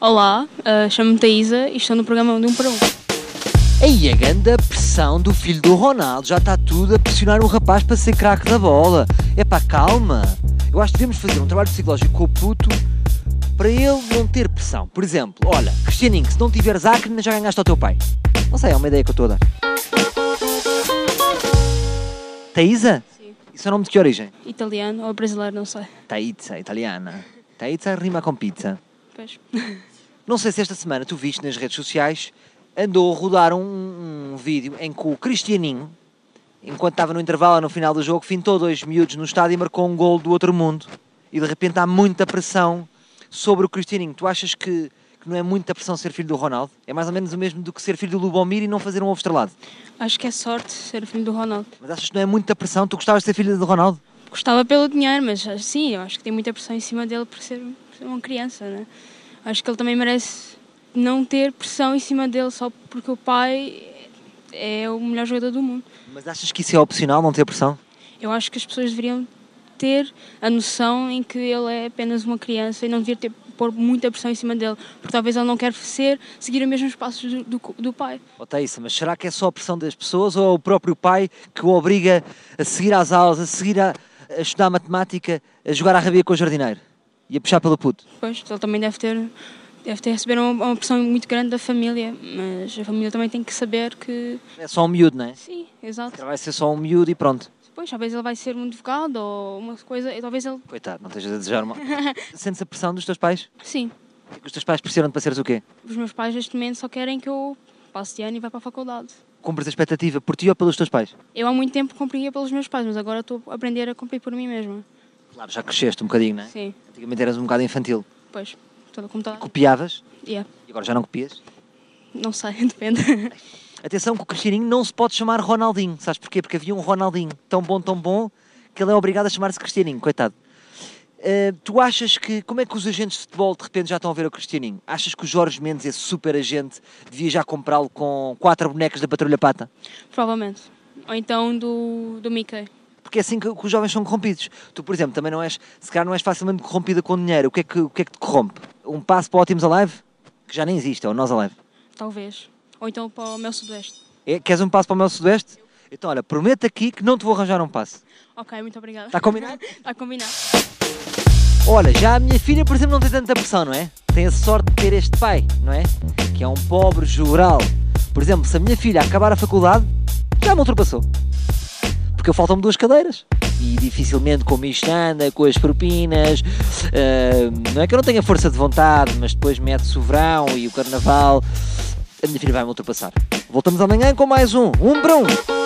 Olá, ah, chamo-me Taísa e estou no programa de um para um. Aí a grande pressão do filho do Ronaldo já está tudo a pressionar o rapaz para ser craque da bola. É pá, calma. Eu acho que devemos fazer um trabalho psicológico com o puto para ele não ter pressão. Por exemplo, olha, Cristianinho, se não tiveres acne, já ganhaste ao teu pai. Não sei, é uma ideia que eu estou a dar. Taísa? Sim. Isso é nome de que origem? Italiano ou brasileiro, não sei. Taísa, italiana. Taísa rima com pizza. Pois. Não sei se esta semana tu viste nas redes sociais, andou a rodar um, um vídeo em que o Cristianinho, enquanto estava no intervalo no final do jogo, fintou dois miúdos no estádio e marcou um gol do outro mundo. E de repente há muita pressão sobre o Cristianinho. Tu achas que, que não é muita pressão ser filho do Ronaldo? É mais ou menos o mesmo do que ser filho do Lubomir e não fazer um ovo estrelado. Acho que é sorte ser filho do Ronaldo. Mas achas que não é muita pressão? Tu gostavas de ser filho do Ronaldo? Gostava pelo dinheiro, mas ah, sim, eu acho que tem muita pressão em cima dele por ser, por ser uma criança, né? Acho que ele também merece não ter pressão em cima dele só porque o pai é o melhor jogador do mundo. Mas achas que isso é opcional, não ter pressão? Eu acho que as pessoas deveriam ter a noção em que ele é apenas uma criança e não devia ter, pôr muita pressão em cima dele, porque talvez ele não quer ser, seguir os mesmos passos do, do, co- do pai. Oh, Thaisa, mas será que é só a pressão das pessoas ou é o próprio pai que o obriga a seguir às aulas, a seguir a, a estudar matemática, a jogar à rabia com o jardineiro e a puxar pelo puto? Pois, ele também deve ter, deve ter recebido uma, uma pressão muito grande da família, mas a família também tem que saber que. É só um miúdo, não é? Sim, exato. Vai ser só um miúdo e pronto. Depois, talvez ele vai ser um advogado ou uma coisa, e talvez ele. Coitado, não estejas a desejar mal. Sentes a pressão dos teus pais? É Sim, Os teus pais pressionam-te para seres o quê? os meus pais neste momento só querem que eu passe de ano e vá para a faculdade. Cumpres a expectativa por ti ou pelos teus pais? Eu há muito tempo cumpria pelos meus pais, mas agora estou a aprender a cumprir por mim mesma. Claro, já cresceste um bocadinho, não é? Sim, Antigamente eras um bocado infantil. pois, toda como toda. Copiavas Yeah, e agora já não copias. não sei, depende. Atenção que o Cristianinho não se pode chamar Ronaldinho. Sabes porquê? Porque havia um Ronaldinho tão bom, tão bom, que ele é obrigado a chamar-se Cristianinho, coitado. Eh, tu achas que. Como é que os agentes de futebol de repente já estão a ver o Cristianinho? Achas que o Jorge Mendes, esse super agente, devia já comprá-lo com quatro bonecas da Patrulha Pata? Provavelmente. Ou então do, do Mickey. Porque é assim que, que os jovens são corrompidos. Tu, por exemplo, também não és. Se calhar não és facilmente corrompida com dinheiro. O que é que, o que, é que te corrompe? Um passo para o Ótimos Alive? Que já nem existe, é o Nós Alive. Talvez. Ou então para o meu sudoeste. É, queres um passo para o meu Sudoeste? Então, olha, prometo aqui que não te vou arranjar um passo. Ok, muito obrigada. Está Tá combinado? Está combinado. Olha, já a minha filha, por exemplo, não tem tanta pressão, não é? Tem a sorte de ter este pai, não é? Que é um pobre rural. Por exemplo, se a minha filha acabar a faculdade, já me ultrapassou. Porque faltam-me duas cadeiras. E dificilmente, como isto anda, com as propinas, ah, não é que eu não tenha força de vontade, mas depois mete-se o verão e o carnaval, a minha filha vai me ultrapassar. Voltamos amanhã com mais um. Um para um!